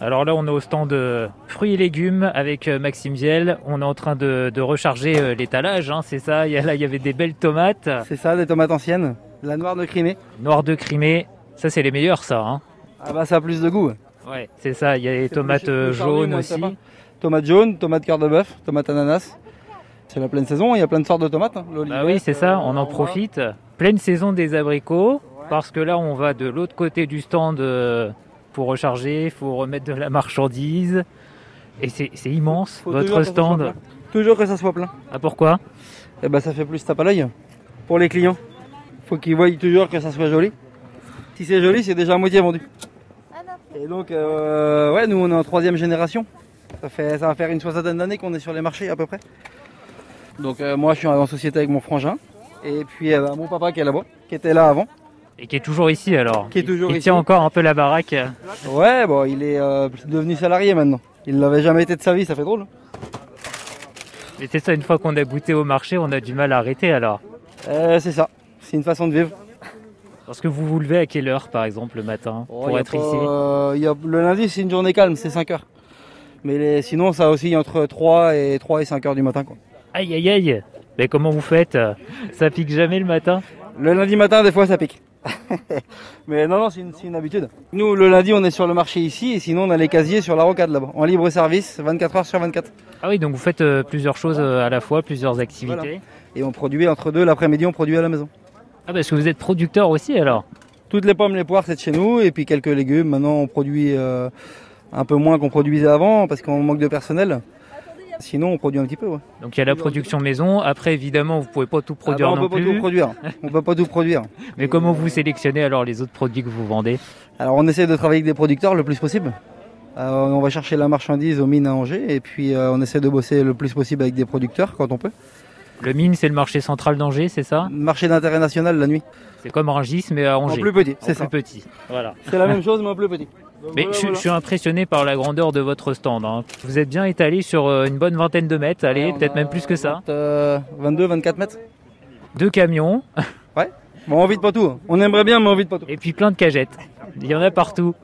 Alors là, on est au stand de fruits et légumes avec euh, Maxime Viel. On est en train de, de recharger euh, l'étalage, hein, c'est ça. Il y a- Là, il y avait des belles tomates, C'est ça, des tomates anciennes. La noire de Crimée. noires de Crimée. Ça, c'est les meilleurs, ça. hein. Ah bah ça a plus de goût. Ouais, c'est ça. Il y a les plus tomates cher- euh, plus chargé, jaunes moins ça aussi. va. Tomate jaune, tomate cœur de bœuf, tomate ananas. C'est la pleine saison, il y a plein de sortes de tomates. hein. Bah L'olivette, oui, c'est ça. euh, On la en romaine. profite. Pleine saison des abricots, parce que là, on va de l'autre côté du stand euh, pour recharger. Il faut remettre de la marchandise. Et c'est c'est immense, Faut toujours votre que ça soit stand. plein. Toujours que ça soit plein. Ah, pourquoi Et bah ça fait plus tape à l'œil pour les clients. Faut qu'ils voient toujours que ça soit joli. Si c'est joli, c'est déjà à moitié vendu. Et donc, euh, ouais, nous on est en troisième génération. Ça, fait, ça va faire une soixantaine d'années qu'on est sur les marchés à peu près. Donc euh, moi je suis en société avec mon frangin. Et puis euh, bah, mon papa qui est là-bas, qui était là avant. Et qui est toujours ici alors. Qui est Il- toujours il ici. tient encore un peu la baraque. Ouais, bon, il est euh, devenu salarié maintenant. Il l'avait jamais été de sa vie, ça fait drôle. hein. Mais c'est ça, une fois qu'on a goûté au marché, on a du mal à arrêter alors. Euh, c'est ça, c'est une façon de vivre. Parce que vous vous levez à quelle heure par exemple le matin Oh, y pour a être pas, ici euh, y a- le lundi, c'est une journée calme, c'est 5 heures. Mais les- sinon, ça aussi entre 3 et 3 et 5 heures du matin. Quoi. Aïe aïe aïe Mais comment vous faites Ça pique jamais le matin Le lundi matin, des fois, ça pique. Mais non, non, c'est une, c'est une habitude. Nous, le lundi, on est sur le marché ici, et sinon, on a les casiers sur la rocade là-bas, en libre service, 24 heures sur 24. Ah oui, donc vous faites euh, plusieurs choses euh, à la fois, plusieurs activités. Voilà. Et on produit entre deux, l'après-midi, on produit à la maison. Ah parce que vous êtes producteur aussi alors Toutes les pommes, les poires, c'est de chez nous, et puis quelques légumes. Maintenant, on produit euh, un peu moins qu'on produisait avant, parce qu'on manque de personnel. Sinon, on produit un petit peu. Ouais. Donc il y a la production maison, après évidemment vous pouvez pas tout produire Ah bah, on non peut pas tout plus. produire. On peut pas tout produire. Mais comment vous sélectionnez alors les autres produits que vous vendez Alors on essaie de travailler avec des producteurs le plus possible. Euh, on va chercher la marchandise aux mines à Angers et puis euh, on essaie de bosser le plus possible avec des producteurs quand on peut. Le mine c'est le marché central d'Angers, c'est ça Marché d'intérêt national la nuit. C'est comme Rungis mais à En Angers. plus petit, En c'est ça. plus petit. Voilà. C'est la même chose mais en plus petit. Mais je, je suis impressionné par la grandeur de votre stand. hein. Vous êtes bien étalé sur euh, une bonne vingtaine de mètres, allez, peut-être même plus que ça. 22, 24 euh, mètres. Deux camions Bon, on vide pas tout. On aimerait bien mais on vide pas tout. et puis plein de cagettes. Il y en a partout.